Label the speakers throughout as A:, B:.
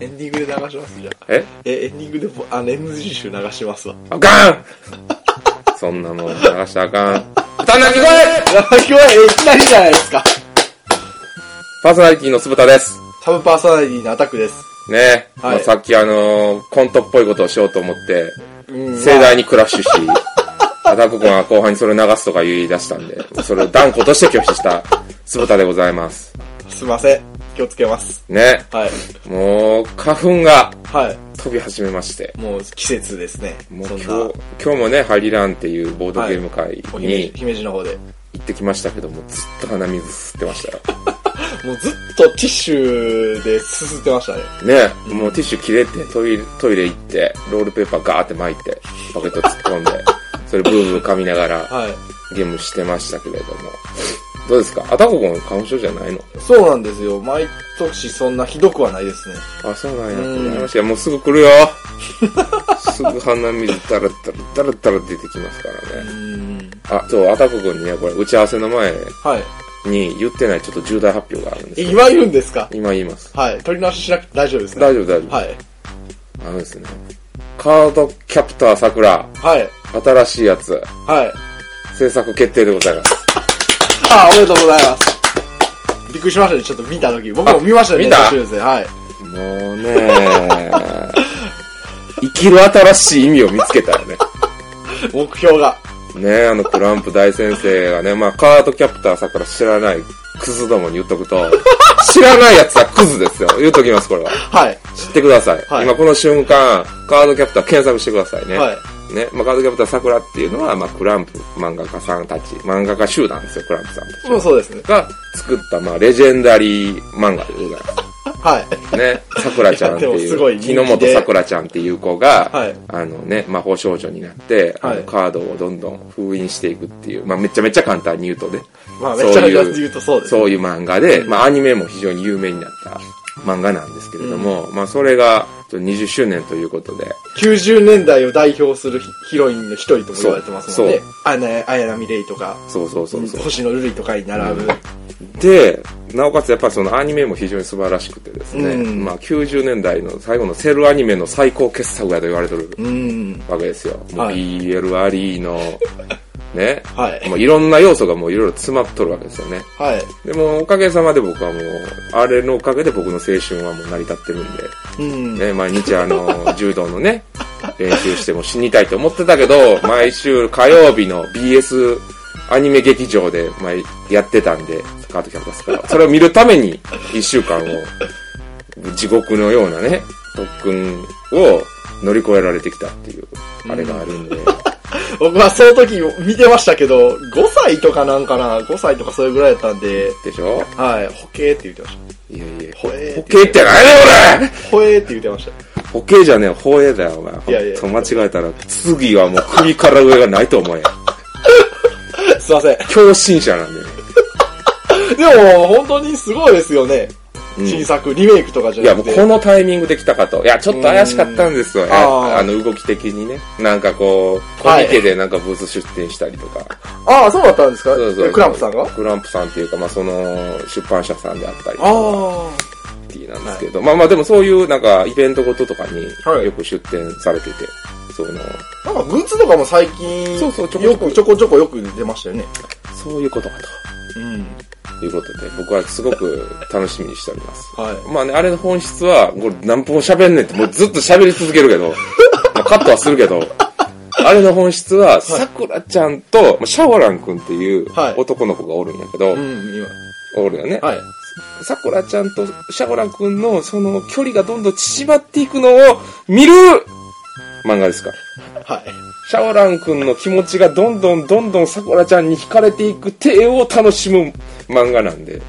A: エンディングで流しますじゃあ
B: え
A: えエンディングでもあの NG 集流しますわ
B: あかんそんなもん流したらあかん。豚鳴き声
A: 今日はえいきなりじゃないですか
B: パーソナリティの酢豚です。
A: サブパーソナリティのアタックです
B: ねえ、
A: はい
B: まあさっきあのーコントっぽいことをしようと思って、
A: うん
B: 盛大にクラッシ ュし、アタック君は後半にそれ流すとか言い出したんで、それを断固として拒否した酢豚でございます。
A: すいません気をつけます
B: ね
A: はい
B: もう、花粉が
A: はい
B: 飛び始めまして。
A: もう季節ですね
B: もう
A: そ
B: 今
A: ん
B: 日
A: な、
B: 今日もね、ハリランっていうボードゲーム会
A: お姫
B: に
A: 路姫路の方で
B: 行ってきましたけども、ずっと鼻水吸ってましたよ。
A: もうずっとティッシュですすってましたね
B: ね、もうティッシュ切れてトイレ、トイレ行って、ロールペーパーガーって巻いて、パケット突っ込んで、それブーブー噛みながら
A: はい
B: ゲームしてましたけれども。どうですかあたこくん花粉症じゃないの
A: そうなんですよ。毎年そんなひどくはないですね。
B: あ、そうなんや。
A: うん
B: わかりました。もうすぐ来るよ。すぐ鼻水だらだらだらだら出てきますから
A: う
B: ね。
A: ん。
B: あ、そう、あたこくんにね、これ打ち合わせの前
A: はい。
B: に言ってないちょっと重大発表があるんです
A: え、
B: よ
A: 言われるんですか
B: 今言います。
A: はい。取り直ししなくて大丈夫ですか
B: 大丈夫大丈夫。
A: はい。
B: あのですね。カードキャプターさくら、
A: はい。
B: 新しいやつ、
A: はい。
B: 制作決定でございます。
A: あ、おめでとうございます。びっくりしましたね。ちょっと見た時。僕も見ましたね。
B: 見た
A: 練習ですね。はい。
B: もうね 生きる新しい意味を見つけたよね。
A: 目標が。
B: ねえ、あのクランプ大先生がね、まあカードキャプターさから知らないクズどもに言っとく と、知らない奴はクズですよ。言っときます、これは。
A: はい。
B: 知ってください。
A: はい
B: 今この瞬間、カードキャプター検索してくださいね。
A: はい。
B: ね、まあカードキャプターさくらっていうのは、まあクランプ漫画家さんたち、漫画家集団ですよ、クランプさんたち
A: もうそうですね。
B: が作った、まあレジェンダリー漫画でございます。
A: はい。
B: ね、さくらちゃんっ
A: い
B: て
A: やでもす
B: い
A: ご
B: う、
A: い人気で
B: 木之本さくらちゃんっていう子が、
A: はい
B: あのね、魔法少女になって、あ
A: は
B: の
A: い
B: カードをどんどん封印していくっていう、まあめちゃめちゃ簡単に言うとね、
A: まあ、
B: そ
A: め
B: ういう
A: ちゃめちゃ言うとそうです。
B: そういう漫画で、まあアニメも非常に有名になった漫画なんですけれども、まあそれが20周年ということで、
A: 90年代を代表するヒヒロインの一人とも言われてますので
B: そう、
A: あね、綾波レイとか、
B: そうそうそうそう。
A: 星野瑠璃とかに並ぶ。
B: で、なおかつやっぱりそのアニメも非常に素晴らしくてですね、
A: うん
B: まあ90年代の最後のセルアニメの最高傑作やと言われてる
A: うん。
B: わけですよ。もう
A: はい
B: BL あ りの、ね、
A: はい。
B: もういろんな要素がもういろいろ詰まっとるわけですよね。
A: はい。
B: でもおかげさまで僕はもう、あれのおかげで僕の青春はもう成り立ってるん
A: うん。
B: で、ね、毎日あの、 柔道のね、練習しても死にたいと思ってたけど、毎週火曜日の BS アニメ劇場で毎やってたんで、カードキャプタースから。それを見るために一週間を、地獄のようなね、特訓を乗り越えられてきたっていう、あれがあるんで。
A: 僕はその時見てましたけど、5歳とかなんかな、5歳とかそれぐらいだったんで、
B: でしょ
A: はい、ほけーって言ってまし
B: いやいや、
A: ほえー
B: 保険ってないよ、俺
A: た。ほえーって言ってまし
B: 保険じゃねえ、放映だよ、お前。
A: いやいや
B: ほんと間違えたら、次はもう首から上がないと思え。
A: た。すいません。
B: 狂信者なんだよ。
A: でも、本当にすごいですよね。
B: うん
A: 新作、リメイクとかじ
B: い
A: ゃ
B: や、
A: な
B: も
A: く
B: う
A: て。
B: このタイミングで来たかと。いや、ちょっと怪しかったんですよ、
A: う
B: ね。
A: ーんあー
B: あの、動き的にね。なんかこう、コミケでなんかブース出展したりとか。
A: ああ、そうだったんですか
B: そうそうそう
A: クランプさんがあ
B: クランプさんっていうか、まあ、その、出版社さんであったりと
A: あ
B: か。ティーなんですけど、まあまあでもそういうなんかイベントごととかに
A: はい
B: よく出展されてて、その、
A: ー。なんかグッズとかも最近、
B: そうそうちょこち
A: よ
B: ょこ
A: く、ちょこちょこよく出ましたよね。
B: そういうことか
A: う
B: と。
A: ん。
B: ということで、僕はすごく楽しみにしております。
A: はい。
B: まあね、あれの本質は、これ何分も喋んねんって、もうずっと喋り続けるけど、 まあカットはするけど、あれの本質は、さくらちゃんと、まあシャオランくんっていう
A: はい
B: 男の子がおるんやけど、
A: うん、
B: おるよね
A: 今。。はい。
B: さくらちゃんとシャオランくんのその距離がどんどん縮まっていくのを見る漫画ですから。
A: はい。
B: シャオランくんの気持ちがどんどんどんどんさくらちゃんに惹かれていく手を楽しむ漫画なんで、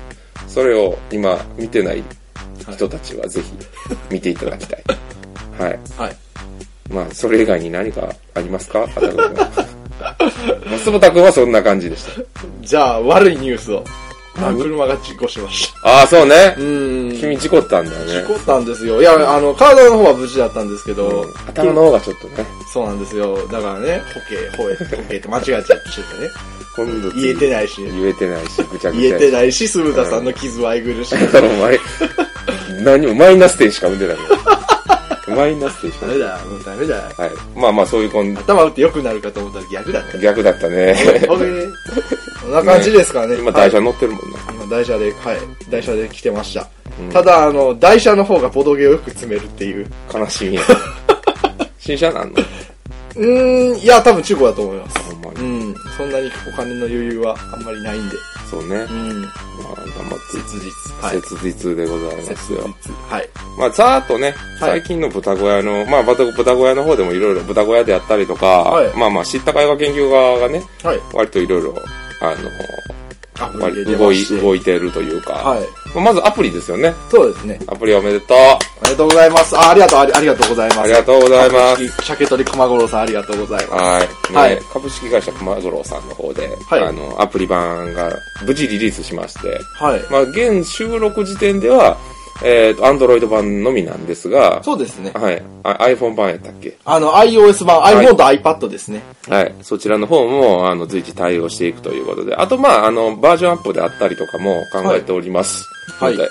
B: それを今見てない人たちは ぜひ見ていただきたい。はい。
A: はい。
B: まあ、それ以外に何かありますかあたくんは。まあ、坪田くんはそんな感じでした。
A: じゃあ、悪いニュースを。あ、
B: 何
A: 車が事故しまし
B: ああ、そうね
A: た。う。ん。
B: 君事故ったんだよ
A: 事故っ
B: ね。
A: たんですよ。いや、あの、体の方は無事だったんですけど、
B: うん頭の方がちょっとね、
A: そうなんですよ。だからね、ホケー、ホエ、ホケーって間違えちゃってね。
B: 今度
A: 言えてないし、
B: 言えてないし、ぐちゃぐちゃ
A: 言え
B: やして
A: ないし、鈴田さんの傷はえぐるし。
B: お前、何もマイナス点しか生んで ないのマイナス点しか
A: ダメだ、もうダメだ。
B: はい。まあまあ、そういうこん
A: 頭打って良くなるかと思ったら逆だね。
B: 逆だっ たね。
A: これこんな感じですかね。
B: 今、台車
A: はい
B: 乗ってるもんな。
A: 今、台車で、はい。台車で来てました。ただ、あの、台車の方がボドゲをよく詰めるっていう。
B: 悲しい やん。新車なんの
A: うーん、いや、多分中古だと思います。
B: ほんま
A: う
B: に。
A: ん。そんなにお金の余裕はあんまりないんで。
B: そうね。ま
A: うん。
B: あ、頑張って。
A: 切実。はい。
B: 切実でございますよ。
A: はい。
B: まあ、ざーっとね、最近の豚小屋の、まあ、豚小屋の方でもいろいろ豚小屋であったりとか、
A: はい
B: まあまあ、知った会話研究家がね、
A: はい。
B: 割といろいろ、あ
A: あ
B: の、割動い、
A: い
B: 動いてるというか、
A: はい。
B: まあまずアプリですよね。
A: そうですね。
B: アプリおめでとう。
A: ありがとうございます。あ、ありがとう、ありありがとうございます。
B: ありがとうございます。
A: す。鮭取り駒五郎さん、ありがとうございます。
B: はい。ね
A: はい
B: 株式会社熊五郎さんの方で、
A: はい
B: あの、アプリ版が無事リリースしまして、
A: はい。
B: まあ、現収録時点では、えっ、と、アンドロイド版のみなんですが、
A: そうですね。
B: はい。あ iPhone 版やったっけ
A: あの、iOS 版、
B: い
A: iPhone と iPad ですね。
B: はい。そちらの方も、あの、随時対応していくということで、あと、まあ、あの、バージョンアップであったりとかも考えております。
A: はい
B: ので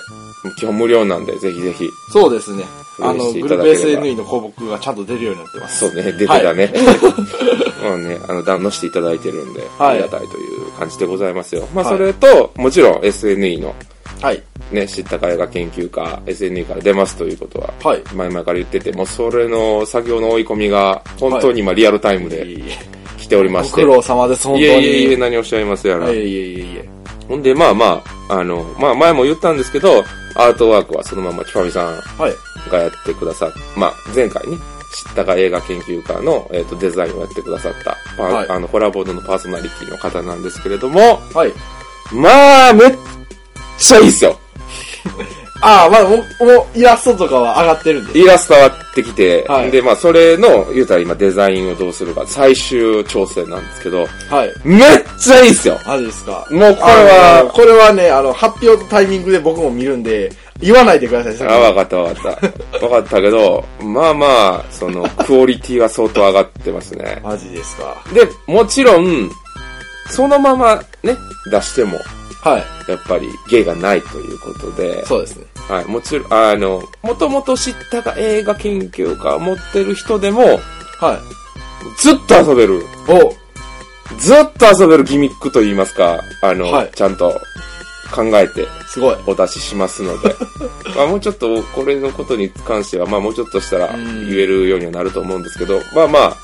B: 基本無料なんで、ぜひぜひ。
A: そうですね。あ
B: 用
A: の、
B: 意してい
A: グ
B: た
A: ル
B: だ
A: ー
B: けれ
A: プ
B: ば
A: SNE の項目がちゃんと出るようになってます。
B: そうね、出てたね。 もうね、あの、ダウンロードしていただいてるんで、
A: はい
B: ありがたいという感じでございますよ。まあ、
A: はい
B: それと、もちろん SNE の、
A: はい。
B: ね、知った絵画研究家、SNE から出ますということは、
A: はい。
B: 前々から言ってて、もうそれの作業の追い込みが、本当に今リアルタイムで来ておりま
A: ご
B: して。
A: 苦労様です、本
B: い
A: 当
B: え
A: に。
B: いえいえ、
A: い
B: 何をおっしゃいますやら。
A: えいえいえいえ。
B: ほんで、まあまあ、あの、まあ前も言ったんですけど、アートワークはそのままチュパミさん
A: はい。
B: がやってくださっまあ前回ね、知ったか映画研究家の、えー、とデザインをやってくださった、パー
A: はい
B: あの、ホラーボードのパーソナリティの方なんですけれども、
A: はい。
B: まあ、めっちゃいいっすよ。
A: ああ、まあ、もう、もうイラストとかは上がってるんで。
B: イラストはってきて、
A: はい
B: で、まあ、それの、言うたら今デザインをどうするか、最終調整なんですけど、
A: はい。
B: めっちゃいいっすよ。
A: マジですか。
B: もうこれ
A: あの
B: は、
A: これはね、あの、発表のタイミングで僕も見るんで、言わないでください、
B: あ、
A: 先に
B: わかったわかった。わかったけど、まあまあ、その、クオリティは相当上がってますね。
A: マジですか。
B: で、もちろん、そのままね、出しても、
A: はい。
B: やっぱり芸がないということで、
A: そうですね。
B: はい、もちろん、あの、もともと知ったか映画研究家を持ってる人でも、
A: はい。
B: ずっと遊べる、
A: お、
B: ずっと遊べるギミックといいますか、あの、
A: はい
B: ちゃんと考えて
A: すごい。
B: お出ししますの で、まあもうちょっとこれのことに関しては、まあもうちょっとしたら
A: うん
B: 言えるようにはなると思うんですけど、まあまあ、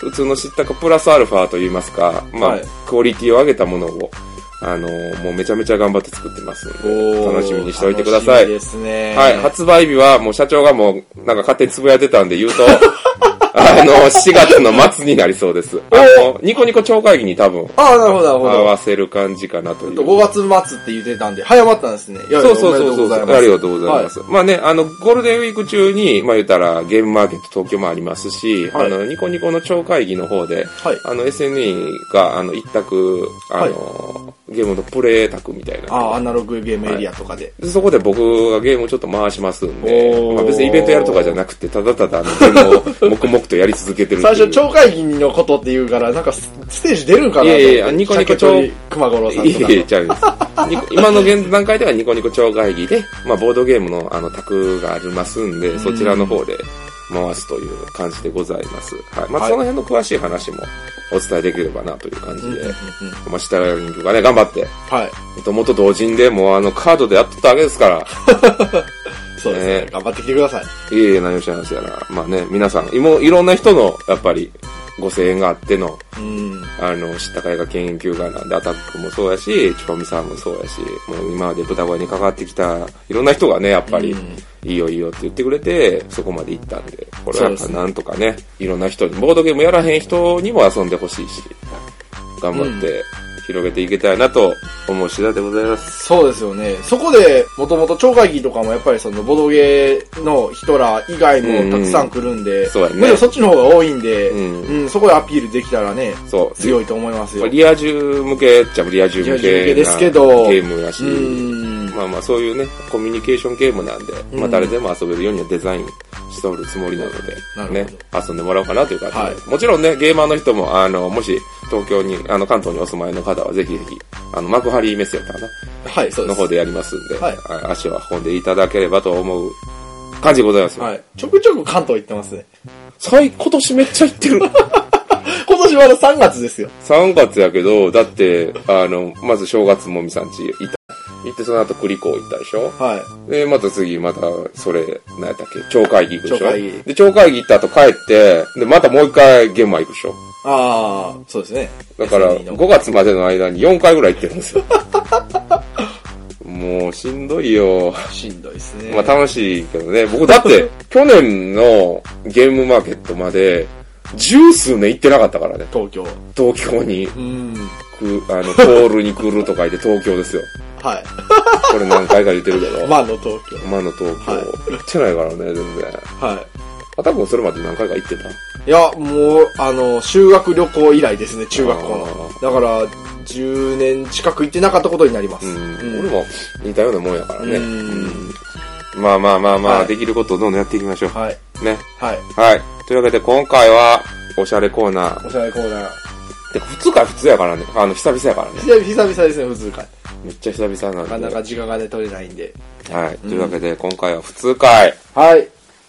B: 普通の知ったかプラスアルファといいますか、まあ、
A: はい
B: クオリティを上げたものを、あのもうめちゃめちゃ頑張って作ってますので、
A: お
B: 楽しみにしておいてください。
A: 楽しみですね。
B: はい、発売日はもう社長がもうなんか勝手につぶやいてたんで言うと、 あの、4月の末になりそうです。あの、ニコニコ超会議に多分
A: ああ、なるほど、なる
B: 合
A: ほど。
B: わせる感じかなと
A: ちょ
B: い
A: っ
B: う。
A: と5月末って言ってたんで、早まったんですね。いやいや
B: そうそうそうそう。ありがとうございま。
A: おめでとうございます
B: す。まあね、あの、ゴールデンウィーク中に、まあ言ったら、ゲームマーケット東京もありますし、
A: はい
B: あの、ニコニコの超会議の方で、
A: はい。
B: あの、SNE が、あの、一択、あの、ゲームのプレイ卓みたい
A: ああ、
B: な。
A: アナログゲームエリアとかで。
B: でそこで僕がゲームをちょっと回しますん
A: お
B: で、
A: ー
B: まあ別にイベントやるとかじゃなくて、ただただあのゲームを黙々とやり続けてるってい
A: 最
B: う
A: 初、超会議のことって言うから、なんかス、ステージ出るんかなと思って
B: いやいやニコニコ超
A: 鮭取り熊五郎さん
B: い
A: とか
B: やいや、ちゃうんです。ニコ今の現段階ではニコニコ超会議で、まあ、ボードゲームのあの、卓がありますんで、そちらの方で回すという感じでございます。はい。まあ、
A: はい
B: その辺の詳しい話もお伝えできればなという感
A: うん
B: じ
A: うんうん
B: で
A: うん。
B: まあ、下ら人がね、頑張って、
A: はい。
B: 元々同人でもうあの、カードでやっとったわけですから、
A: そうですね
B: ね。
A: 頑張ってきてください。
B: いえいえ、何をしゃいますやら、まあね、皆さん、いもいろんな人の、やっぱり、ご声援があっての、
A: うん。
B: あの、知ったかいが研究家なんで、アタックもそうやし、チュパミさんもそうやし、もう今まで豚小屋に関わってきた、いろんな人がね、やっぱり、
A: うん
B: いいよいいよって言ってくれて、そこまで行ったんで、これはやっ
A: そうで
B: ぱ
A: すね
B: なんとかね、いろんな人に、ボードゲームやらへん人にも遊んでほしいし、頑張って広げていけたらなと思う次第でございます。
A: そうですよね。そこで、もともと超会議とかもやっぱりそのボドゲの人ら以外もたくさん来るんで、
B: そうやね
A: むしろそっちの方が多いんで、
B: うん
A: うん、そこでアピールできたらね、
B: そう。
A: 強いと思いますよ。
B: リア充向けっちゃリア充向
A: リア充向
B: け
A: け
B: な
A: ですけど
B: ゲームやし
A: う、ん。
B: まあまあそういうね、コミュニケーションゲームなんで、まあ
A: うん
B: 誰でも遊べるようにはデザインしておるつもりなので
A: な、る
B: ね、遊んでもらおうかなという感じで、もちろんね、ゲーマーの人も、あの、もし東京に、あの関東にお住まいの方はぜひぜひ、あの、幕張メッセやったかな。
A: はい、そうで
B: の
A: す。
B: 方でやりますんで、
A: はい
B: あ足を運んでいただければと思う感じでございますよ。
A: はい。ちょくちょく関東行ってますね。
B: 最今年めっちゃ行ってる。
A: 今年まだ3月ですよ。
B: 3月やけど、だって、あの、まず正月もみさんち行った。行って、その後栗子行ったでしょ
A: は
B: で、また次、また、それ、何やったっけ町会議行くでしょ
A: 町会議
B: で、町会議行った後帰って、で、またもう一回現場行くでしょ
A: い。ああ、そうですね。
B: だから、
A: 休みの
B: 5月までの間に4回ぐらい行ってるんですよ。 もう、しんどいよ。
A: しんどいですね。
B: まあ楽しいけどね。僕 だって、去年のゲームマーケットまで、十数年行ってなかったからね。
A: 東京。
B: 東京に、
A: うん。
B: く、あの、ポールに来ると書いて東京ですよ。
A: は
B: これ何回か言ってるけ ど。
A: い。まあの東京。
B: 今の東京、
A: はい
B: 行ってないからね、全然。
A: は
B: あ、多分それまで何回か行って
A: い。
B: た。
A: いや、もう、あの、修学旅行以来ですね、中学校の。
B: あ
A: だから、10年近く行ってなかったことになります。
B: ーうん。
A: うん
B: 俺も似たようなもんやからね。
A: うん
B: うんまあまあまあまあ、
A: はい
B: できることをどんどんやっていきましょう。
A: はい。
B: ね。
A: はい。
B: はい。というわけで今回は、おしゃれコーナー。
A: おしゃれコーナー。
B: てか普通か普通やからね。あの、久々やからね。
A: 久々久々ですね、普通会。
B: めっちゃ久々なん
A: な
B: で。
A: かなか時間がね、取れないんで。
B: はい。というわけで、今回は普通会。
A: はい。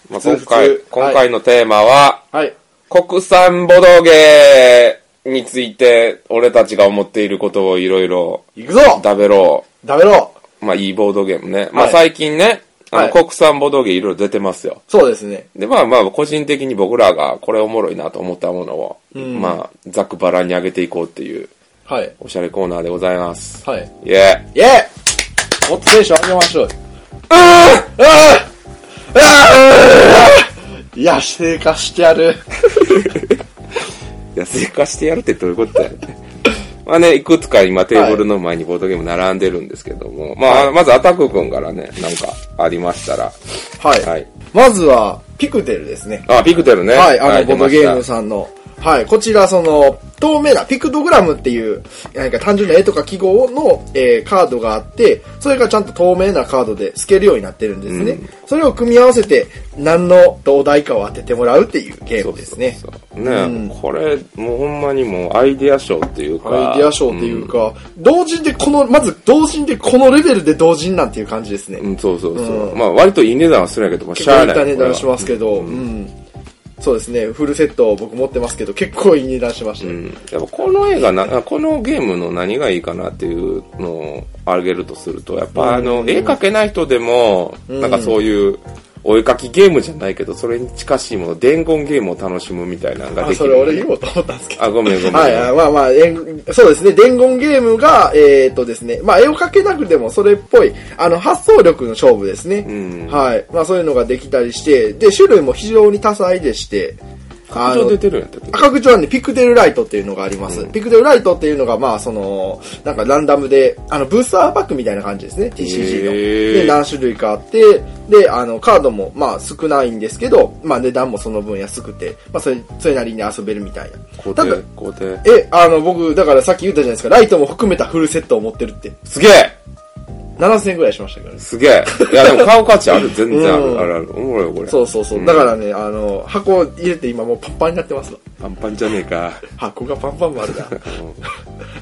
B: ま
A: 普通
B: あ、今回、
A: 普通
B: 今回のテーマは、
A: はい。
B: 国産ボドゲーについて、俺たちが思っていることをいろいろ、
A: 行くぞ
B: だべろ
A: ダメろ
B: う。まあ、いいボードゲームね。まあ、
A: はい
B: 最近ね、あの、
A: はい
B: 国産ボードゲーいろいろ出てますよ。
A: そうですね。
B: で、まあまあ、個人的に僕らがこれおもろいなと思ったものを、
A: ん
B: まあ、ざっくばらんに上げていこうっていう、
A: はい。
B: おしゃれコーナーでございます。
A: はい。
B: イェイ
A: イェーイもっとテンション上げましょう。ああああいや、生化してやる。
B: い や、成果してやるってどういうこと だよね。まあね、いくつか今テーブルの前にボードゲーム並んでるんですけども、まあ、まずアタック君からね、なんかありましたら。
A: はい。
B: はい
A: まずは、ピクテルですね。
B: あ、ピクテルね。
A: はい、あの、
B: 出
A: ボ
B: ま
A: ド
B: した
A: ゲームさんの。はい、こちら、その、透明な、ピクトグラムっていう、何か単純な絵とか記号の、えーカードがあって、それがちゃんと透明なカードで透けるようになってるんですね。それを組み合わせて、何のお題かを当ててもらうっていうゲームですね。
B: そうそうね、これ、もうほんまにもうアイデア賞っていうか。
A: アイデア賞っていうか、同人でこの、まず同人でこのレベルで同人なんていう感じですね。
B: うん、そうそうそう。まあ割といい値段はするんやけど、まあし
A: 結
B: ゃあ
A: 構い
B: ないい。。
A: 値段しますすけど、うん。そうですね、フルセットを僕持ってますけど、結構いい値段しましたね。
B: うん、やっぱこの映画な、あこのゲームの何がいいかなっていうのをあげるとすると、やっぱあの、絵描けない人でも、なんかそういう、お絵描きゲームじゃないけど、それに近しいもの、伝言ゲームを楽しむみたいなのが
A: あ、
B: でき
A: そ
B: る。
A: れ俺言おうと思ったんですけど。
B: あ、ごめんごめん。
A: はい、あまあまあ、えんそうですね、伝言ゲームが、えー、っとですね、まあ絵を描けなくてもそれっぽい、あの、発想力の勝負ですね。
B: ん
A: はい。まあそういうのができたりして、で、種類も非常に多彩でして、あ
B: 拡
A: の
B: 張出てるんやったっけ
A: 拡張はね、ピクテルライトっていうのがあります。ピクテルライトっていうのが、まあ、その、なんかランダムで、あの、ブースターパックみたいな感じですね、TCG の。
B: へー
A: で、何種類かあって、で、あの、カードも、まあ、少ないんですけど、まあ、値段もその分安くて、まあ、それ、それなりに遊べるみたい
B: 肯
A: な。ただ
B: 定、、肯定。
A: え、あの、僕、だからさっき言ったじゃないですか、ライトも含めたフルセットを持ってるって、
B: すげえ
A: 7000円ぐらいしましたからね。
B: すげえ。いや、でも買う価値ある。全然あ
A: うん
B: る。あるある。おもろいよ、これ。
A: そうそうそう。だからね、あの、箱を入れて今もうパンパンになってますわ。
B: パンパンじゃねえか。
A: 箱がパンパンもあるな。
B: うん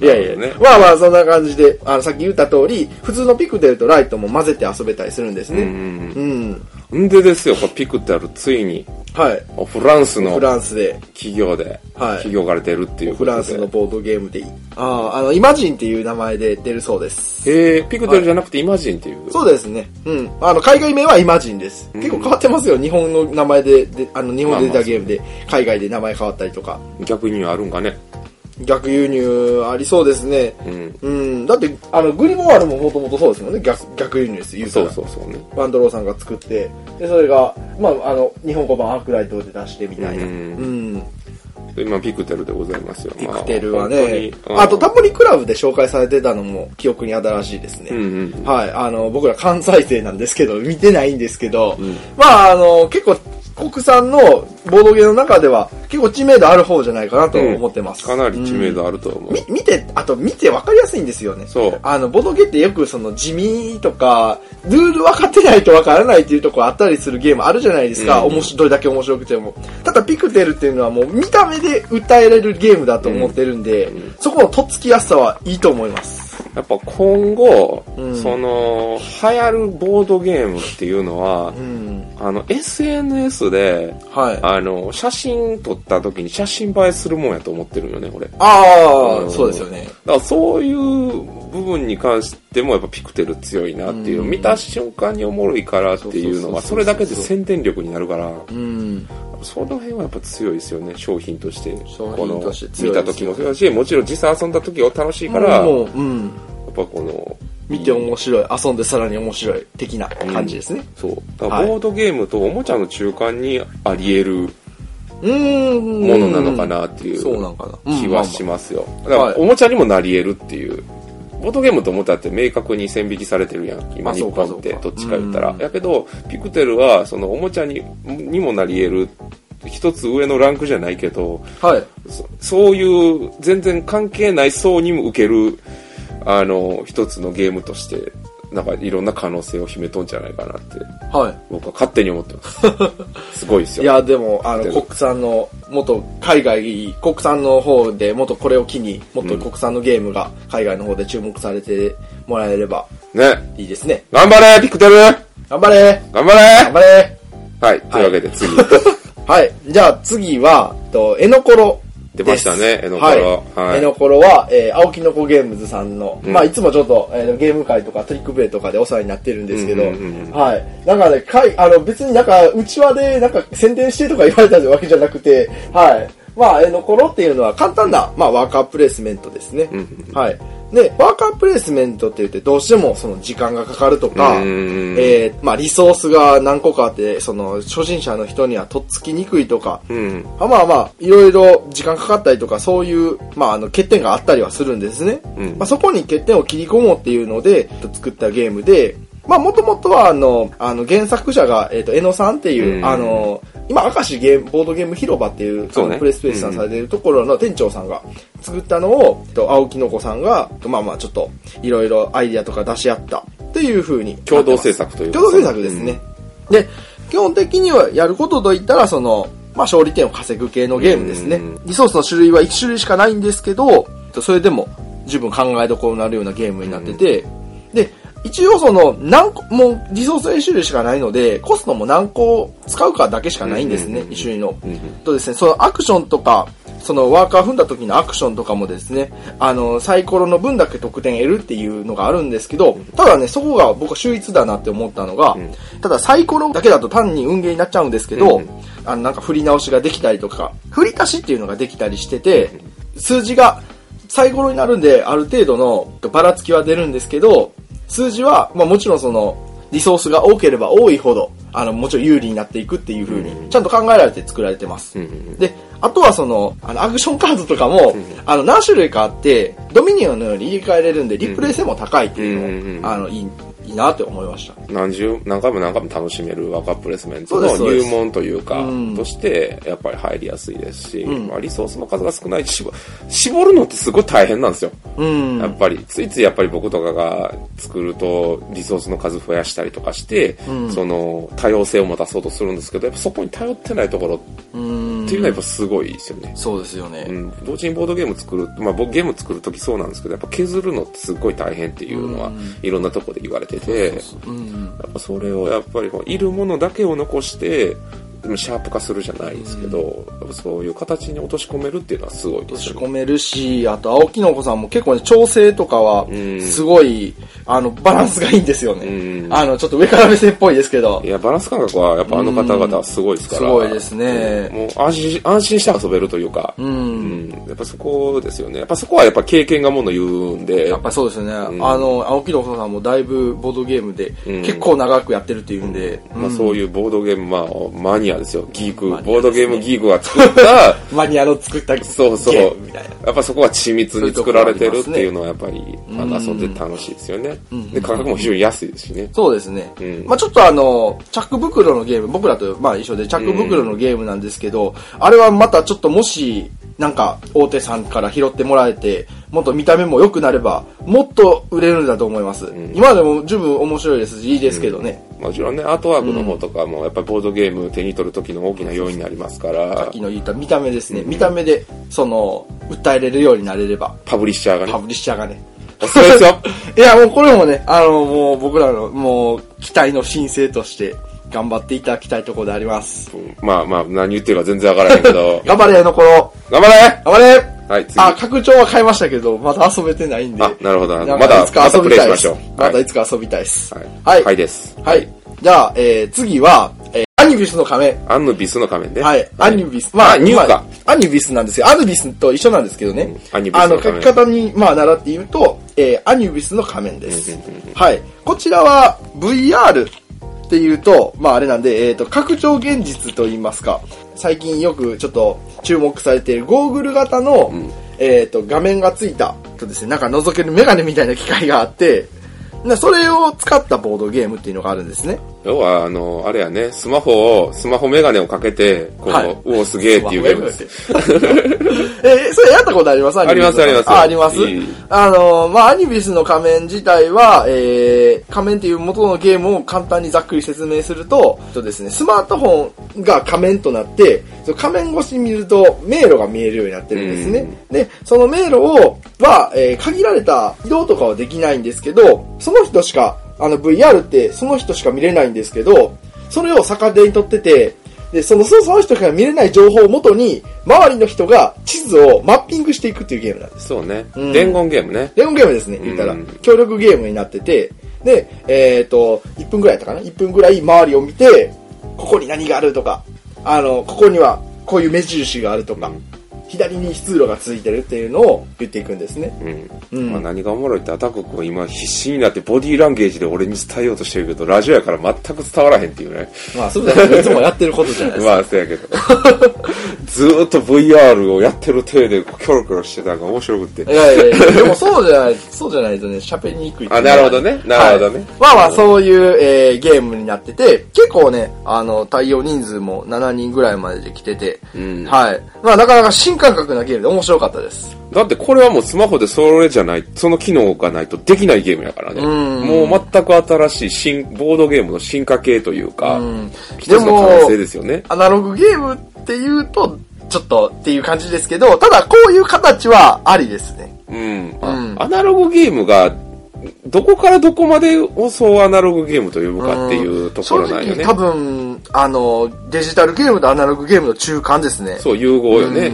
A: いやいや、
B: なるほどね。
A: まあまあそんな感じで、あのさっき言った通り、普通のピクテルとライトも混ぜて遊べたりするんですね。
B: うん
A: うん。
B: んでですよ、これピクタル、ついに、
A: はい。
B: フランスの
A: フランスで、
B: 企業で、
A: はい
B: 企業から出るっていうこ
A: フ
B: とで。
A: ランスのボードゲームでいい。ああ、あの、イマジンっていう名前で出るそうです。
B: へえ、ピクタルじゃなくてイマジンっていう。
A: そうですね。うん。あの、海外名はイマジンです。結構変わってますよ。日本の名前で、であの、日本で出たゲームで、海外で名前変わったりとか。
B: 逆にあるんかね。
A: 逆輸入ありそうですね。
B: うん。
A: うん。だって、あの、グリモワールももともとそうですもんね。逆、逆輸入です。言うた
B: そ
A: ら
B: うそうそうね。
A: ワンドローさんが作って、で、それが、まあ、あの、日本語版アークライトで出してみたいな。
B: う
A: うんん。
B: 今、ピクテルでございますよ。
A: ピクテルは
B: まあ本
A: ね
B: 当、にうん
A: あとタモリクラブで紹介されてたのも記憶に新しいですね。
B: うんうん。
A: はい、あの、僕ら関西勢なんですけど、見てないんですけど、まあ、あの、結構、国産のボードゲームの中では、結構知名度ある方じゃないかなと思ってます。
B: かなり知名
A: うん
B: 度あると思う。
A: み見て、あと見て分かりやすいんですよね。
B: そう
A: あの、ボドゲってよくその地味とか、ルール分かってないと分からないっていうところあったりするゲームあるじゃないですか。
B: うん
A: 面白い、どれだけ面白くても。ただピクテルっていうのはもう見た目で歌えれるゲームだと思ってるんで、そこのとっつきやすさはいいと思います。
B: やっぱ今後、
A: うん
B: その、流行るボードゲームっていうのは
A: う、ん。
B: あの、SNS で、
A: はい。あ
B: あの、写真撮った時に写真映えするもんやと思ってるよね、俺。だか
A: あ
B: う
A: ー、
B: ん
A: そうですよね。
B: らそういう部分に関してもやっぱピクテル強いなっていう、
A: うん
B: 見た瞬間におもろいからっていうのは、そ
A: そうそ
B: れ
A: うそうそうそう
B: だけで宣伝力になるから、
A: うん。
B: その辺はやっぱ強いですよね、商品として。
A: 商品として強い
B: この
A: ですよ
B: 見た時もそうだし、もちろん実際遊んだ時は楽しい
A: か
B: から、
A: ら、
B: やっ
A: もう、うん。
B: ぱこの、
A: 見て面白い、遊んでさらに面白い、的な感じですね。
B: そう。だから
A: はい
B: ボードゲームとおもちゃの中間にあり得る
A: うーん。
B: ものなのかなっていう
A: そうなんかな。うん
B: 気はしますよ。だ
A: まあ
B: からおもちゃにもなり得るっていう。ボードゲームとおもちゃって明確に線引きされてるやん。
A: ま
B: 今
A: あ
B: 日
A: そうか
B: 本って
A: そうか
B: どっちか言った
A: う
B: ら
A: ん。
B: やけど、ピクテルはそのおもちゃににもなり得る。一つ上のランクじゃないけど、
A: まあまあはい。
B: そそういう全然関係ない層にも受ける、あの、一つのゲームとして、なんかいろんな可能性を秘めとんじゃないかなって、
A: はい。
B: 僕は勝手に思ってま す。すごいですよ。
A: いや、でも、あの、
B: でも
A: 国産の、元、海外、国産の方で、もっとこれを機に、もっと国産のゲームが、海外の方で注目されてもらえれば
B: ね。
A: いいですね。
B: 頑張れ、ピクテル
A: 頑張れ
B: 頑張れ
A: 頑張れ
B: はい。というわけで 次。
A: はい。じゃあ、次は、と、絵の頃
B: 出ましたね
A: です
B: 絵の頃
A: は
B: はい
A: い。絵の頃は、えー青木の子ゲームズさんの、
B: うん
A: まあ、いつもちょっと、えーゲーム会とかトリックベイとかでお世話になってるんですけど、
B: うんうんうん
A: はい。なんかね、かい、あの、別になんか、うちわで、なんか、宣伝してとか言われたわけじゃなくて、はい。まあ、絵の頃っていうのは簡単な、まあ、ワーカープレイスメントですね。
B: うん
A: はい。で、ワーカープレイスメントって言って、どうしても、その、時間がかかるとか、
B: うん
A: えーまあ、リソースが何個かあって、その、初心者の人にはとっつきにくいとか、
B: うん。
A: あまあまあ、いろいろ時間かかったりとか、そういう、まあ、あの、欠点があったりはするんですね。
B: うん
A: まあ、そこに欠点を切り込もうっていうので、作ったゲームで、まあ、もともとは、あの、あの、原作者が、えっ、と、江野さんっていう、
B: うん
A: あの、今、明石ゲーム、ボードゲーム広場っていう、
B: そうね
A: あのプレイスペースさんされてるところの店長さんが作ったのを、えっと、青木の子さんが、まあまあ、ちょっと、いろいろアイディアとか出し合った、っていうふうに。
B: 共同制作というか
A: 共同制作ですね。で、基本的にはやることといったら、その、まあ、勝利点を稼ぐ系のゲームですね
B: うん。
A: リソースの種類は1種類しかないんですけど、それでも十分考えどころになるようなゲームになってて、で、一応その、何個、もうリソースは1種類しかないので、コストも何個使うかだけしかないんですね、
B: うん
A: 1種類の。
B: うんうん
A: とですね、そのアクションとか、そのワーカー踏んだ時のアクションとかもですね、あの、サイコロの分だけ得点得るっていうのがあるんですけど、ただね、そこが僕は秀逸だなって思ったのが、
B: ん
A: ただサイコロだけだと単に運ゲーになっちゃうんですけど、
B: うん
A: あの、なんか振り直しができたりとか、振り足しっていうのができたりしてて、数字がサイコロになるんで、ある程度のばらつきは出るんですけど、数字は、まあもちろんその、リソースが多ければ多いほど、あの、もちろん有利になっていくっていう風に、ちゃんと考えられて作られてます。
B: うんうん
A: で、あとはその、あの、アクションカードとかも、あの、何種類かあって、ドミニオンのように入れ替えれるんで、リプレイ性も高いっていうの
B: うん
A: も、あの、いい、いいなって思いました。
B: 何十、何回も何回も楽しめるワーカープレイスメント
A: そ
B: の
A: うですそうで
B: 入
A: す
B: 門というか
A: うん、
B: として、やっぱり入りやすいですし、
A: ん
B: まあリソースの数が少ないし、絞絞るのってすごい大変なんですよ。
A: うん。
B: やっぱり、ついついやっぱり僕とかが作ると、リソースの数増やしたりとかして、その、多様性を持たそうとするんですけど、やっぱそこに頼ってないところ
A: うん
B: っていうのはやっぱすごいですよね。
A: そうですよね。
B: うん、同時にボードゲーム作る、まあ僕ゲーム作るときそうなんですけど、やっぱ削るのってすごい大変っていうのは、いろんなとこで言われてて、
A: うん。
B: やっぱそれをやっぱりこういるものだけを残して、でもシャープ化するじゃないですけど、やっぱそういう形に落とし込めるっていうのはすごい
A: 落
B: で
A: と
B: す
A: し
B: よね。
A: 込めるし、あと青木の子さんも結構ね、調整とかは
B: ん、
A: すごい、あの、バランスがいいんですよ
B: う
A: ね。
B: ん
A: あの、ちょっと上から目線っぽいですけど
B: い。や、バランス感覚はやっぱあの方々はすごいですから。
A: うんすごいですね
B: うんもう安心、安心して遊べるというか。
A: う。
B: うんんやっぱそこですよね。やっぱそこはやっぱ経験がもの言うんで。
A: やっぱりそうですよね。
B: ん
A: あの、青木の子さんもだいぶボードゲームで、
B: うん
A: 結構長くやってるっていうんで、
B: まあ、そういうボードゲーム、まあ、マニアですよ。ギーク、
A: マニアですね
B: ボードゲームギークが作った、
A: マニアの作ったゲ
B: そうそう。
A: ームみたいな。
B: やっぱそこは緻密に作られてるっていうのはやっぱり、あの遊んで楽しいですよね。で、価格も非常に安いですしね。
A: そうですね。
B: うん
A: まあちょっとあの、チャック袋のゲーム、僕らとまあ一緒でチャック袋のゲームなんですけど、あれはまたちょっともし、なんか大手さんから拾ってもらえて、もっと見た目も良くなれば、もっと売れるんだと思います。今でも十分面白いですし、いいですけどね。
B: もちろんね、アートワークの方とかも、やっぱりボードゲーム手に取る時の大きな要因になりますか
A: さ
B: ら
A: っき、の言った見た目ですね。見た目で、その、訴えれるようになれれば、
B: パブリッシャーがね
A: パ、ブリッシャーがね。
B: おすすめですよ。
A: いや、もうこれもね、あの、もう僕らの、もう、期待の申請として、頑張っていただきたいところであります。
B: まあまあ、何言ってるか全然わからへ んけど。
A: 頑張れ、の頃。
B: 頑張れ
A: 頑張れ
B: はい、次。
A: あ、拡張は買いましたけど、まだ遊べてないんで。
B: あなるほどなるほど
A: なん
B: まだ
A: いつか遊びたいです
B: またプレイしましょうは
A: ま
B: い
A: たいつか遊びたいです。
B: はい。
A: は
B: はい
A: い。
B: です。
A: はい。じゃあ、えー、次は、えー、アニビスの亀。
B: アンヌビスの仮面ね。
A: はい。アニビス。
B: まあ、ニュー
A: ま
B: か
A: あ。アニビスなんですよ。アヌビスと一緒なんですけどね。
B: うんアニビス
A: あ
B: の
A: の、
B: 仮
A: 書
B: 面
A: き方に、まあ、習って言うと、えー、アニビスの仮面です。はい。こちらは VR っていうと、まあ、あれなんで、えっ、と、拡張現実と言いますか、最近よくちょっと注目されているゴーグル型の、えっ、と、画面がついた、とですね、なんか覗けるメガネみたいな機械があって、なそれを使ったボードゲームっていうのがあるんですね。
B: 要は、あの、あれやね、スマホを、スマホメガネをかけて、こう、
A: はいう
B: お、すげえっていうゲームです。
A: スマホゲームって。 えーそれやったことあります
B: あります
A: アニビスの
B: あ
A: あ、
B: り
A: あ
B: ま
A: り
B: す
A: ます、
B: うん
A: あのーまあ、アニビスの仮面自体は、えー、仮面っていう元のゲームを簡単にざっくり説明すると、えっとですね、スマートフォンが仮面となって、その仮面越しに見ると迷路が見えるようになってるんですね。で、その迷路を、は、えー限られた移動とかはできないんですけど、その人しか、あの VR ってその人しか見れないんですけど、それを逆手に取ってて、で、その、その人から見れない情報をもとに、周りの人が地図をマッピングしていくっていうゲームなんです。
B: そうね。
A: うん
B: 伝言ゲームね。
A: レゴンゲームですね、言ったら
B: うん。
A: 協力ゲームになってて、で、えっ、と、1分ぐらいだったかな ?1 分ぐらい周りを見て、ここに何があるとか、あの、ここにはこういう目印があるとか、左に通路がついてるっていうのを言っていくんですね。
B: うん。
A: うん
B: まあ、何がおもろいって、アタック君今必死になってボディーランゲージで俺に伝えようとしてるけど、ラジオやから全く伝わらへんっていうね。
A: まあ、それだけいつもやってることじゃないですか。
B: まあ、そうやけど。 ずーっと VR をやってる体で、キョロキョロしてたのが面白くって。
A: いやいやい や、でもそうじゃない、そうじゃないとね、喋りにくいっていうの
B: あ
A: は
B: なるほどねなるほどね
A: はいまあまあ、そういう、えーゲームになってて、結構ね、あの、対応人数も7人ぐらいまで来てて、
B: うん
A: はい。まあ、なかなか新感覚なゲームで面白かったです。
B: だってこれはもうスマホでそれじゃない、その機能がないとできないゲームやからね。
A: うん
B: もう全く新しい新、ボードゲームの進化系というか、
A: うん
B: 一つの可能性ですよね。
A: アナログゲームっていうと、ちょっとっていう感じですけど、ただこういう形はありですね。
B: うん、あ
A: うん
B: アナログゲームが、どこからどこまでをそうアナログゲームと呼ぶかっていうところなん
A: 正
B: よ
A: 直
B: ね。
A: 多分、あの、デジタルゲームとアナログゲームの中間ですね。
B: そう、融合よね。
A: う
B: う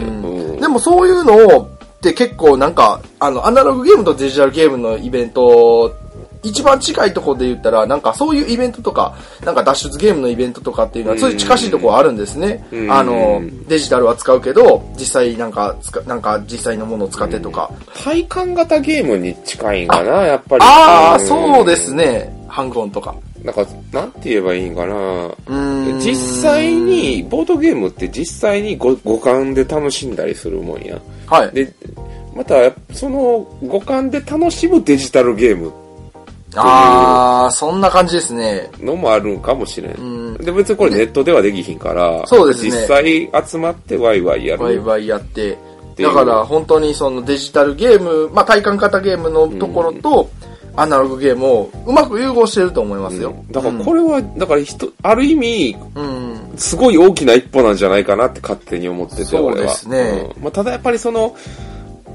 B: んん
A: でもそういうのを、で結構なんか、あの、アナログゲームとデジタルゲームのイベント、一番近いところで言ったら、なんかそういうイベントとか、なんか脱出ゲームのイベントとかっていうのは、そういう近しいところあるんですね
B: う。ん
A: あの、デジタルは使うけど、実際なんか使、なんか実際のものを使ってとか。
B: 体感型ゲームに近いんかな、やっぱり。
A: ああ、
B: ん
A: そうです。ね。ハングオンとか。
B: なんか、なんて言えばいいんかな。
A: うん
B: 実際に、ボードゲームって実際にご五感で楽しんだりするもんや。
A: はい。
B: で、また、その五感で楽しむデジタルゲーム
A: ああ、そんな感じですね。
B: のもあるんかもしれん。
A: ん
B: で、別にこれネットではできひんから、
A: そうですね
B: 実際集まってワイワイやる。
A: ワイワイやって、
B: ていう
A: だから本当にそのデジタルゲーム、まあ体感型ゲームのところと、アナログゲームをうまく融合してると思いますよ。
B: だからこれは、だから人、ある意味、
A: うん。
B: すごい大きな一歩なんじゃないかなって勝手に思ってて、
A: そう
B: 俺は。
A: ですね
B: うんまあ、ただやっぱりその、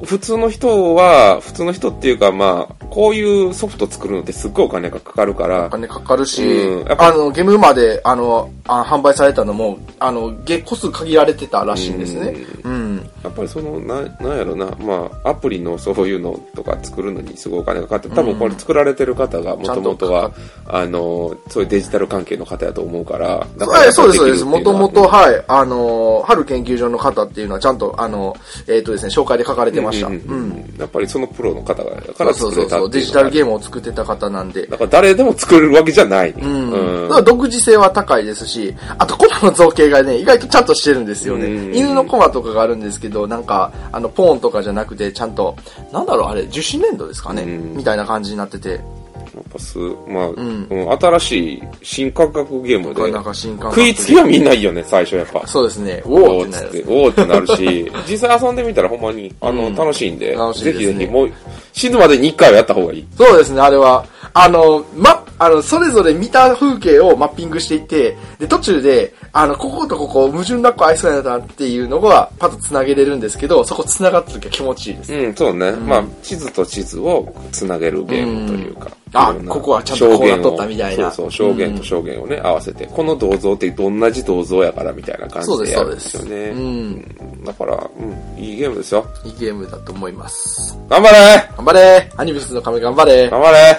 B: 普通の人は、普通の人っていうかまあ、こういうソフト作るのってすっごいお金がかかるから
A: お、金かかるし、
B: うんやっぱ
A: あの、ゲームまで、あの、あ販売されたのも、あの、ゲ、個数限られてたらしいんですね。うん。
B: やっぱりその、な、なんやろな、まあ、アプリのそういうのとか作るのにすごいお金がかかって、多分これ作られてる方がもともとは
A: ち、
B: あの、そういうデジタル関係の方やと思うから、だから
A: はい、そうです、そうです。
B: きる
A: も
B: ってい
A: と
B: うのは
A: もと、はい、あの、春研究所の方っていうのはちゃんと、あの、えっ、とですね、紹介で書かれてました。
B: う
A: うんん
B: うんうんうんやっぱりそのプロの方が、から
A: そう
B: 作
A: そ
B: れ
A: うそ
B: た
A: う
B: っ
A: そう。
B: て
A: デ
B: いう
A: ジ
B: の
A: タ
B: が
A: ルゲームを作ってた方なんで。
B: だから誰でも作れるわけじゃない。
A: うん。
B: うん
A: だから独自性は高いですし、あとコマの造形がね、意外とちゃんとしてるんですよね。
B: うん
A: 犬のコマとかがあるんですけど、なんか、あの、ポーンとかじゃなくて、ちゃんと、なんだろう、あれ、樹脂粘土ですかね、
B: うん
A: みたいな感じになってて、
B: やっぱす、まあ、
A: ん
B: うん新しい新感覚ゲーム
A: なか
B: で
A: な、か新感覚
B: 食いつきはみんないいよね、最初やっぱ。
A: そうですね、お
B: お
A: おっ
B: ーって
A: な
B: つっ
A: る
B: て、おーってなる し、実際遊んでみたらほんまに、あの、
A: うん
B: 楽しいんで、
A: 楽しいですね
B: ぜひぜひ、もう、死ぬまでに一回はやった方がいい。
A: そうですね、あれは。あの、あの、それぞれ見た風景をマッピングしていって、で、途中で、あの、こことここ、矛盾なく合いそうやなっていうのが、パッと繋げれるんですけど、そこ繋がった時は気持ちいいです。
B: うん、そうね。まあ、地図と地図をつなげるゲームというか。
A: うんあ
B: いろんな
A: ここはちゃんとこうなっとったみたいな
B: 証言をそうそう、証言と証言をね、合わせて、この銅像って同じ銅像やからみたいな感
A: そう
B: じ
A: で、
B: ですや
A: そう
B: るん
A: で
B: です
A: す。
B: よね。
A: うん。
B: だから、うん、いいゲームですよ。
A: いいゲームだと思います。
B: 頑張れ
A: 頑張れアニビスの亀頑張れ
B: 頑張 れ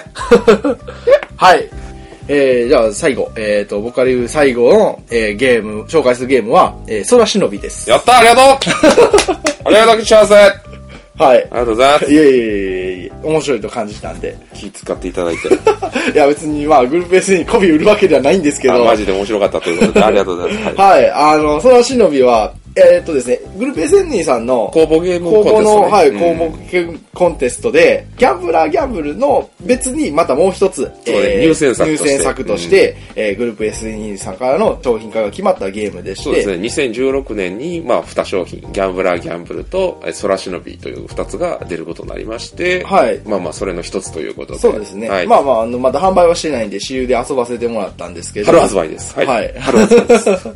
A: はい。えー、じゃあ最後、えーと、僕から言う最後の、えーゲーム、紹介するゲームは、えー、空忍びです。
B: やったありがとうありがとう、幸せあり
A: はい。
B: がとうございます
A: い。やいやいやいや面白いと感じたんで。
B: 気使っていただいて。
A: いや別にまあグループベースに媚び売るわけではないんですけ
B: あ
A: ど。
B: マジで面白かったということで、ありがとうございます。はい
A: はい、あの、空忍びは、えーっとですね、グループエセンニーさんの
B: 公募ゲームコ
A: 公募
B: ンテストね
A: の、はい、
B: うん
A: 公募コンテストで、ギャンブラーギャンブルの別にまたもう一つ、
B: ね入選作として
A: 入選作として、えーグループ S2 さんからの商品化が決まったゲームでして、
B: そうですね。2016年に、まあ、2商品、ギャンブラーギャンブルと、えー空忍びという2つが出ることになりまして、
A: はい
B: まあまあ、それの1つということで。
A: そうですね。
B: はい。
A: まあまあ、あの、まだ販売はしてないんで、私有で遊ばせてもらったんですけど。
B: 春発売です。は。
A: はいい。はい。
B: 春発売です。
A: 簡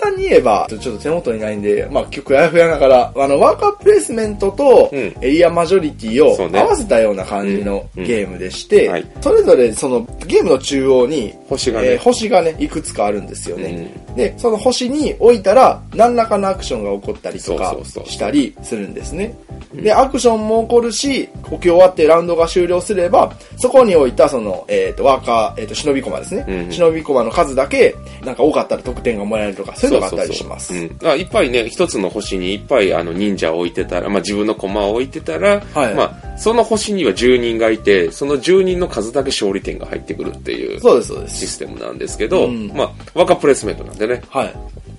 A: 単に言えば、ちょっと手元にないんで、まあ、結構やふやながら、あの、ワーカープレイスメントと
B: うん
A: エリアマジョリティを
B: そうね
A: 合わせたような感じの
B: うん
A: ゲームでして、
B: うんはい
A: それぞれそのゲームの中央に、
B: 星が
A: えー
B: ね、
A: 星がね、いくつかあるんですよね。で、その星に置いたら、何らかのアクションが起こったりとか
B: そうそうそう
A: したりするんですね。で、アクションも起こるし、置き終わってラウンドが終了すれば、そこに置いた、その、えっ、と、ワーカー、えっ、と、忍び駒ですね。
B: うん
A: 忍び駒の数だけ、なんか多かったら得点がもらえるとか、そういうのがあったりします。
B: そうそうそううん、あいっぱいね、一つの星にいっぱいあの忍者を置いてたら、まあ自分の駒を置いてたら、
A: はい
B: まあその星には10人がいて、その10人の数だけ勝利点が入ってくるっていう
A: そうです、そうで
B: シ
A: す。
B: ステムなんですけど、
A: うん
B: まあ若プレスメントなんでね、
A: はい。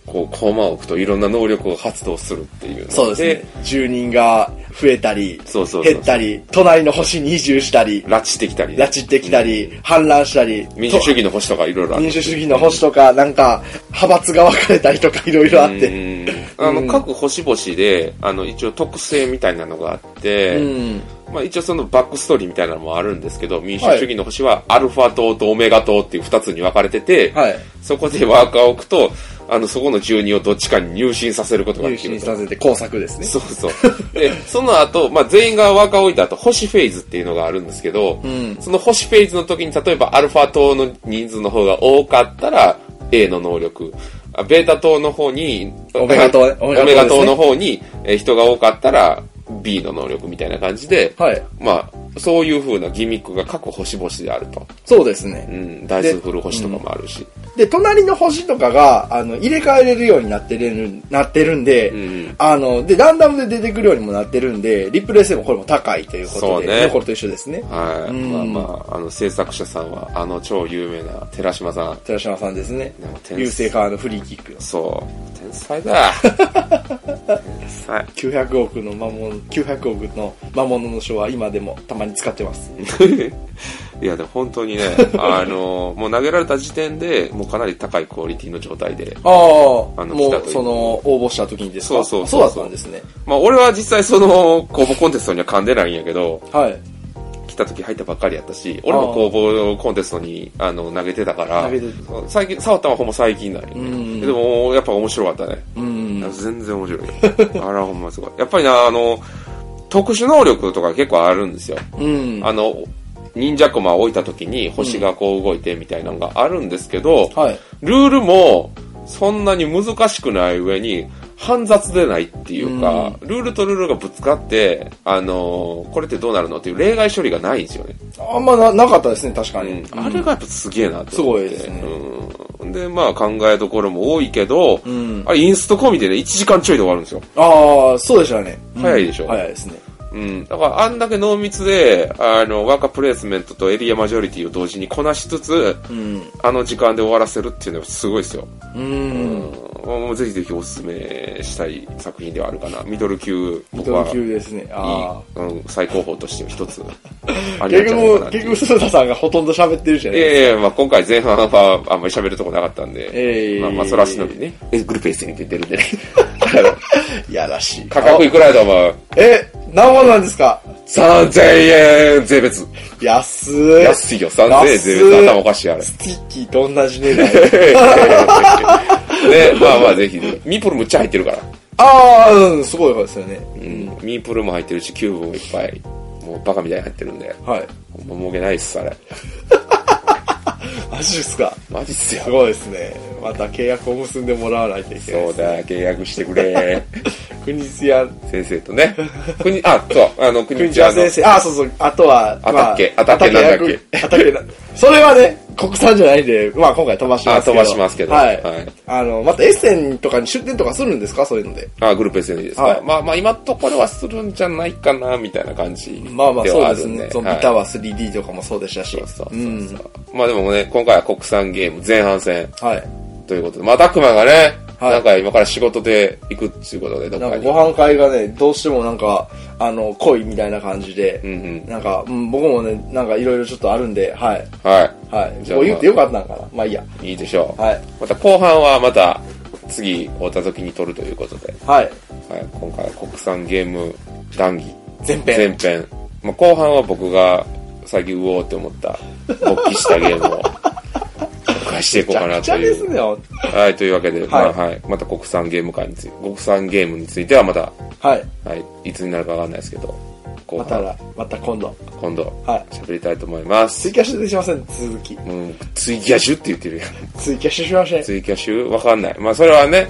B: こう駒を置くといろんな能力を発動するっていうので。
A: そうですね。住人が増えたり、
B: そうそうそう
A: 減ったり、隣の星に移住したり、
B: 拉致してきたりね、
A: 拉致ってきたり、反乱したり、
B: 民主主義の星とかいろいろある
A: 民主主義の星とか、なんか、派閥が分かれたりとかいろいろあって。
B: うんあの各星々であの一応特性みたいなのがあって、
A: うん。
B: まあ、一応そのバックストーリーみたいなのもあるんですけど民主主義の星はアルファ党とオメガ党っていう2つに分かれてて、
A: はい。
B: そこでワーカーを置くとあのそこの住人をどっちかに入信させることが
A: 入
B: できる
A: 信
B: と
A: させて工作ですね。
B: そうそう。で、その後、まあ、全員がワーカーを置いた後、星フェーズっていうのがあるんですけど、
A: ん
B: その星フェーズの時に、例えばアルファ党の人数の方が多かったら、A の能力。あベータ党の方に、
A: オメガ党ね
B: オ
A: オ
B: メ
A: メ
B: ガ
A: ガ党
B: 党,、
A: ですね
B: の方にえー人が多かったら、B の能力みたいな感じで、
A: はい。
B: まあ、そういう風なギミックが各星々であると。
A: そうです
B: う
A: ね。
B: ん、ダイスフル星とかもあるし。
A: で、隣の星とかが、あの、入れ替えれるようになってれる、なってるんで、
B: ん
A: あの、で、ランダムで出てくるようにもなってるんで、リプレイ性もこれも高いということで、
B: そうね
A: これと一緒ですね。
B: はい。
A: うん
B: まあまあ、あの、制作者さんは、あの超有名な寺島さん、
A: 寺島さんですね
B: でも。天才
A: 流星側のフリーキックの。
B: そう。天 才だ。天才。
A: 900億の魔物、900億の魔物の書は今でもたまに使ってます。
B: いや、でも本 当にね、あの、もう投げられた時点で、もうかなり高いクオリティの状態で。
A: ああ、も
B: あの来たという
A: う、その、応募した時にですか
B: そうそうそうそう
A: だったんですね。
B: まあ、俺は実際その、公募コンテストには噛んでないんやけど、
A: はい。
B: 来た時入ったばっかりやったし、俺も公募コンテストに、あの、投げてたから
A: 投げて、
B: 最近、触ったのはほんま最近だよ
A: うん
B: ね。でも、やっぱ面白かったね。
A: うん。
B: 全然面白い。あら、ほんますごい。やっぱりな、あの、特殊能力とか結構あるんですよ。
A: うん。
B: あの、忍者駒を置いた時に星がこう動いてみたいなのがあるんですけど、
A: はい。
B: ルールもそんなに難しくない上に、煩雑でないっていうか、ルールとルールがぶつかって、あのーこれってどうなるのっていう例外処理がないんですよね。
A: あんまななかったですね、確かに。
B: うんあれがやっぱすげえなと思って。
A: すごいですね
B: うん。で、まあ考えどころも多いけど、
A: うん
B: あれインスト込みでね、1時間ちょいで終わるんですよ。
A: ああ、そうでしたね。
B: 早いでしょ
A: うん早いですね。
B: うん。だから、あんだけ濃密で、あの、ワーカープレイスメントとエリアマジョリティを同時にこなしつつ、
A: うん。
B: あの時間で終わらせるっていうのはすごいですよ。
A: う
B: うん
A: ん。。
B: もうぜひぜひおすすめしたい作品ではあるかな。ミドル級、
A: ミ
B: 僕
A: ド
B: は
A: ル
B: いい、
A: 級ですね。あ
B: うん、最高峰として一 つあ
A: あ。
B: り
A: 結
B: がたいのか
A: 局、
B: なって
A: 結
B: いう。
A: 局、鈴田さんがほとんど喋ってるじゃないですか。
B: ええまあ今回前半はあんまり喋るとこなかったんで、
A: ええ
B: まあまあそらしのびね、えグループ S に出てる んでね。
A: いやらしい。
B: 価格いくらやと思う
A: え、何万なんですか
B: 3000円税別。
A: 安い。
B: 安いよ、3000円税別。頭おかしい、あれ。
A: スティッキーと同じ値段。
B: ね、まあまあぜひ、ミープルむっちゃ入ってるから。
A: ああ、うん、すごい方ですよね。
B: うん、ミープルも入ってるし、キューブもいっぱい、もうバカみたいに入ってるんで、
A: はい。
B: ほんま儲けないっす、あれ。
A: マジですか。
B: マジっすよ
A: す。ごいですね。また契約を結んでもらわないといけないで
B: そう
A: すね。
B: だ、契約してくれ。
A: 国津屋、
B: 先生とね。国、あ、そう、あの、国
A: 国
B: ち
A: 津
B: ゃ
A: 屋
B: んの
A: 先。生。あ、そうそう。あとは、
B: あたっけあたっけなんだっけ
A: あたっけな。それはね、国産じゃないんで、まあ今回飛ばしますけど。
B: あ飛ばしますけど
A: はい
B: はい。
A: あの、またエッセンとかに出店とかするんですかそういうので。
B: あ、グループ SNS ですか、
A: はい
B: まあまあ、今のところはするんじゃないかな、みたいな感じで
A: まあまあ
B: は
A: そ
B: あ
A: うで
B: る
A: す
B: んで。
A: ね。そのビタは 3D とかもそうでしたし。
B: そうそうそうそう、
A: ん。
B: まあでもね、今回は国産ゲーム前半戦
A: はい。
B: ということで、まあ、ダックマンがね、
A: はい
B: なんか今から仕事で行くっていうことで、ど
A: な
B: っ
A: んか
B: かに。
A: ご飯会がね、どうしてもなんか、あの、濃いみたいな感じで、
B: うんうん。
A: なんか、うん、僕もね、なんかいろいろちょっとあるんで、はい。
B: は
A: はい。
B: じゃあ
A: こう言ってよかったんかな。まあいいや。
B: い。いいでしょう。
A: はい。
B: また後半はまた、次、おたときに撮るということで、
A: はい。
B: はい、今回は国産ゲーム談義
A: 全編。
B: 前編。まあ、後半は僕が最近うおーって思った、勃起したゲームを紹介していこうかな
A: めち
B: と
A: ゃくちゃ
B: い
A: です
B: う。
A: ね。は
B: はい、というわけで、まあ
A: はい
B: はい、また国産ゲーム会について、国産ゲームについてはまた、
A: い。
B: はい、いつになるかわかんないですけど、後
A: また
B: 半、
A: ら、また今度。
B: 今度、
A: はい。
B: 喋りたいと思います
A: 追。加してしません、続き。
B: もう、ツイキャシュって言ってるやん。
A: 追加してしません。
B: ツイキャシュわかんない。まあ、それはね、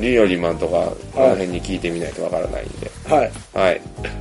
B: リオリマンとか、この辺に聞いてみないとわからないんで。
A: はい。
B: はい。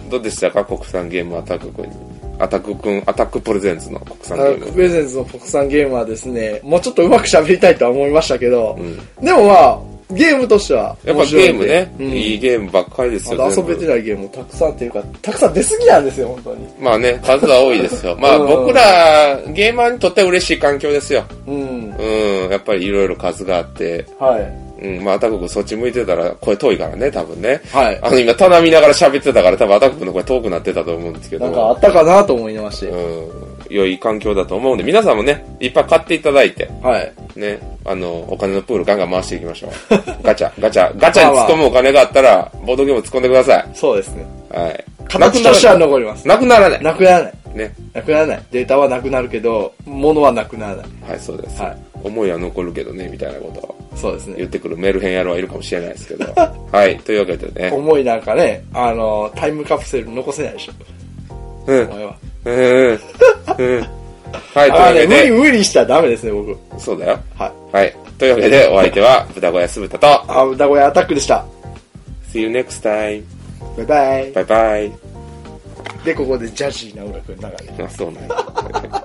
B: どうでしたか国産ゲームアタック君に。アタック君、アタックプレゼンツの国
A: あ
B: 産ゲ
A: の
B: ー
A: プ
B: ム。
A: レゼンツの国産ゲームはですね、もうちょっとうまく喋りたいとは思いましたけど、
B: ん
A: でもまあ、ゲームとしては
B: や
A: 面
B: っぱゲ
A: 白い
B: ー
A: ん
B: ム
A: で。
B: ね、
A: うん
B: いいゲームばっかりですよ。
A: まだ遊
B: 全部
A: べてないゲームもたくさんっていうか、たくさん出過ぎなんですよ、本当に。
B: まあね、数は多いで すよ。まあ
A: うん
B: 僕ら、ゲーマーにとっては嬉しい環境ですよ。
A: うん。
B: うん、やっぱりいろいろ数があって。
A: はい。
B: うん、まあアタック君そっち向いてたら声遠いからね、多分ね。
A: はい
B: あの今棚見ながら喋ってたから多分アタック君の声遠くなってたと思うんですけど。
A: なんかあったかなと思いまして。
B: うん、良い環境だと思うんで、皆さんもね、いっぱい買っていただいて。
A: はい。
B: ね、あの、お金のプールガンガン回していき ましょう。ガチャ、ガチャ、ガチャに突っ込むお金があったら、ボードゲーム突っ込んでください。
A: そうですね。
B: はい。
A: 形としては残ります。
B: なくならない。なくなら
A: なくならない。
B: ない。ね。
A: なくならない。データはなくなるけど、物はなくならない。
B: はい、そうです。
A: はい
B: 思いは残るけどね、みたいなことを
A: そうです
B: 言っ
A: ね。
B: てくるメルヘン野郎はいるかもしれないですけ ど。はい、というわけでね。
A: 思いなんかね、あの、タイムカプセル残せないでしょ。
B: うん、うん、
A: 思いは。
B: うん。はい、という
A: あ
B: わ
A: ーね、
B: け
A: 無理
B: で、
A: 無理したらダメですね、僕。
B: そうだよ。
A: はい。
B: はい。というわけで、お相手は、豚小屋酢豚と、
A: あー、歌声アタックでした。
B: See you next time.
A: バイバイ。
B: バイバイ。
A: で、ここでジャジーな音楽流れて。
B: あ、そうなんや。